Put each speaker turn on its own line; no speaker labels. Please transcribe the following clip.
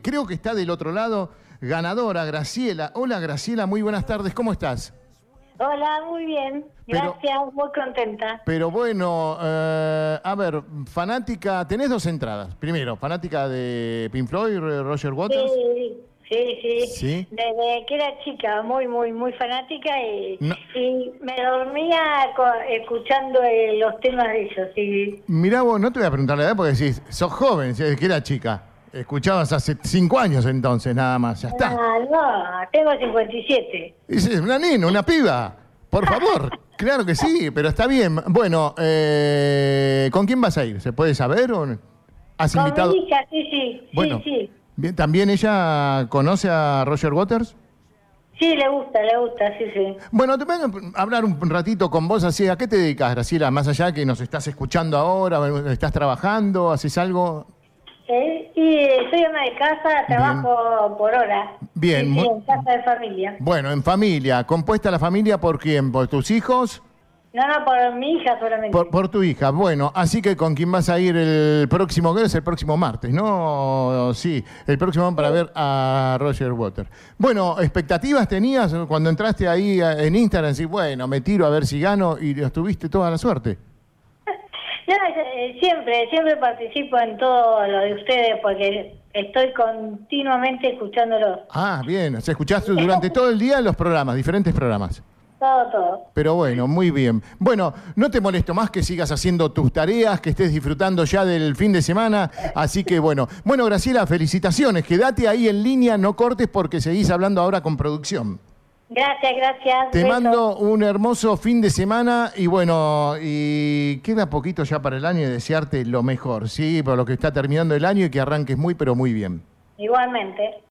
Creo que está del otro lado ganadora, Graciela. Hola Graciela, muy buenas tardes, ¿cómo estás?
Hola, muy bien.
Pero-
Gracias, muy contenta.
Pero bueno, eh, a ver, fanática, tenés dos entradas. Primero, fanática de Pink Floyd, Ro- Roger Waters.
Sí, sí, sí.
Sí.
Desde que era chica, muy, muy, muy fanática y,
No.
y me dormía co- escuchando eh, los temas de ellos. Y,
Mirá vos, no te voy a preguntar la edad porque decís, sos joven, si es que era chica. Escuchabas hace cinco años entonces, nada más, ya está.
ah, no, tengo 57.
Dices, una nena, una piba, por
Ah.
favor. Claro que sí, pero está bien. Bueno, eh, ¿con quién vas a ir? ¿Se puede saber? o no? ¿Has
Con
invitado?
mi hija, sí, sí,
Bueno,
sí, sí.
bien, ¿también ella conoce a Roger Waters?
Sí, le gusta, le gusta, sí, sí.
Bueno, te vengo a hablar un ratito con vos así. ¿A qué te dedicas, Graciela? Más allá que nos estás escuchando ahora, estás trabajando, haces algo.
Eh, y eh, soy ama de casa, trabajo por hora.
Bien,
Sí, sí,
muy-
en casa de familia.
Bueno, en familia. ¿Compuesta la familia por quién? ¿Por tus hijos?
No, no, por mi hija solamente.
Por, por tu hija. Bueno, así que con quién vas a ir el próximo, ¿qué es el próximo martes, ¿no? Sí, el próximo para ver a Roger Water. Bueno, ¿expectativas tenías cuando entraste ahí eh, en Instagram? Sí, bueno, me tiro a ver si gano y tuviste toda la suerte.
No, eh, siempre, siempre participo en todo lo de ustedes porque estoy continuamente escuchándolos.
Ah, bien. O sea, escuchaste durante todo el día los programas, diferentes programas.
Todo, todo.
Pero bueno, muy bien. Bueno, no te molesto más que sigas haciendo tus tareas, que estés disfrutando ya del fin de semana. Así que bueno. Bueno, Graciela, felicitaciones. Quédate ahí en línea, no cortes porque seguís hablando ahora con producción.
Gracias, gracias.
Te
besos.
mando un hermoso fin de semana y bueno, y queda poquito ya para el año y desearte lo mejor, ¿sí? Por lo que está terminando el año y que arranques muy, pero muy bien.
Igualmente.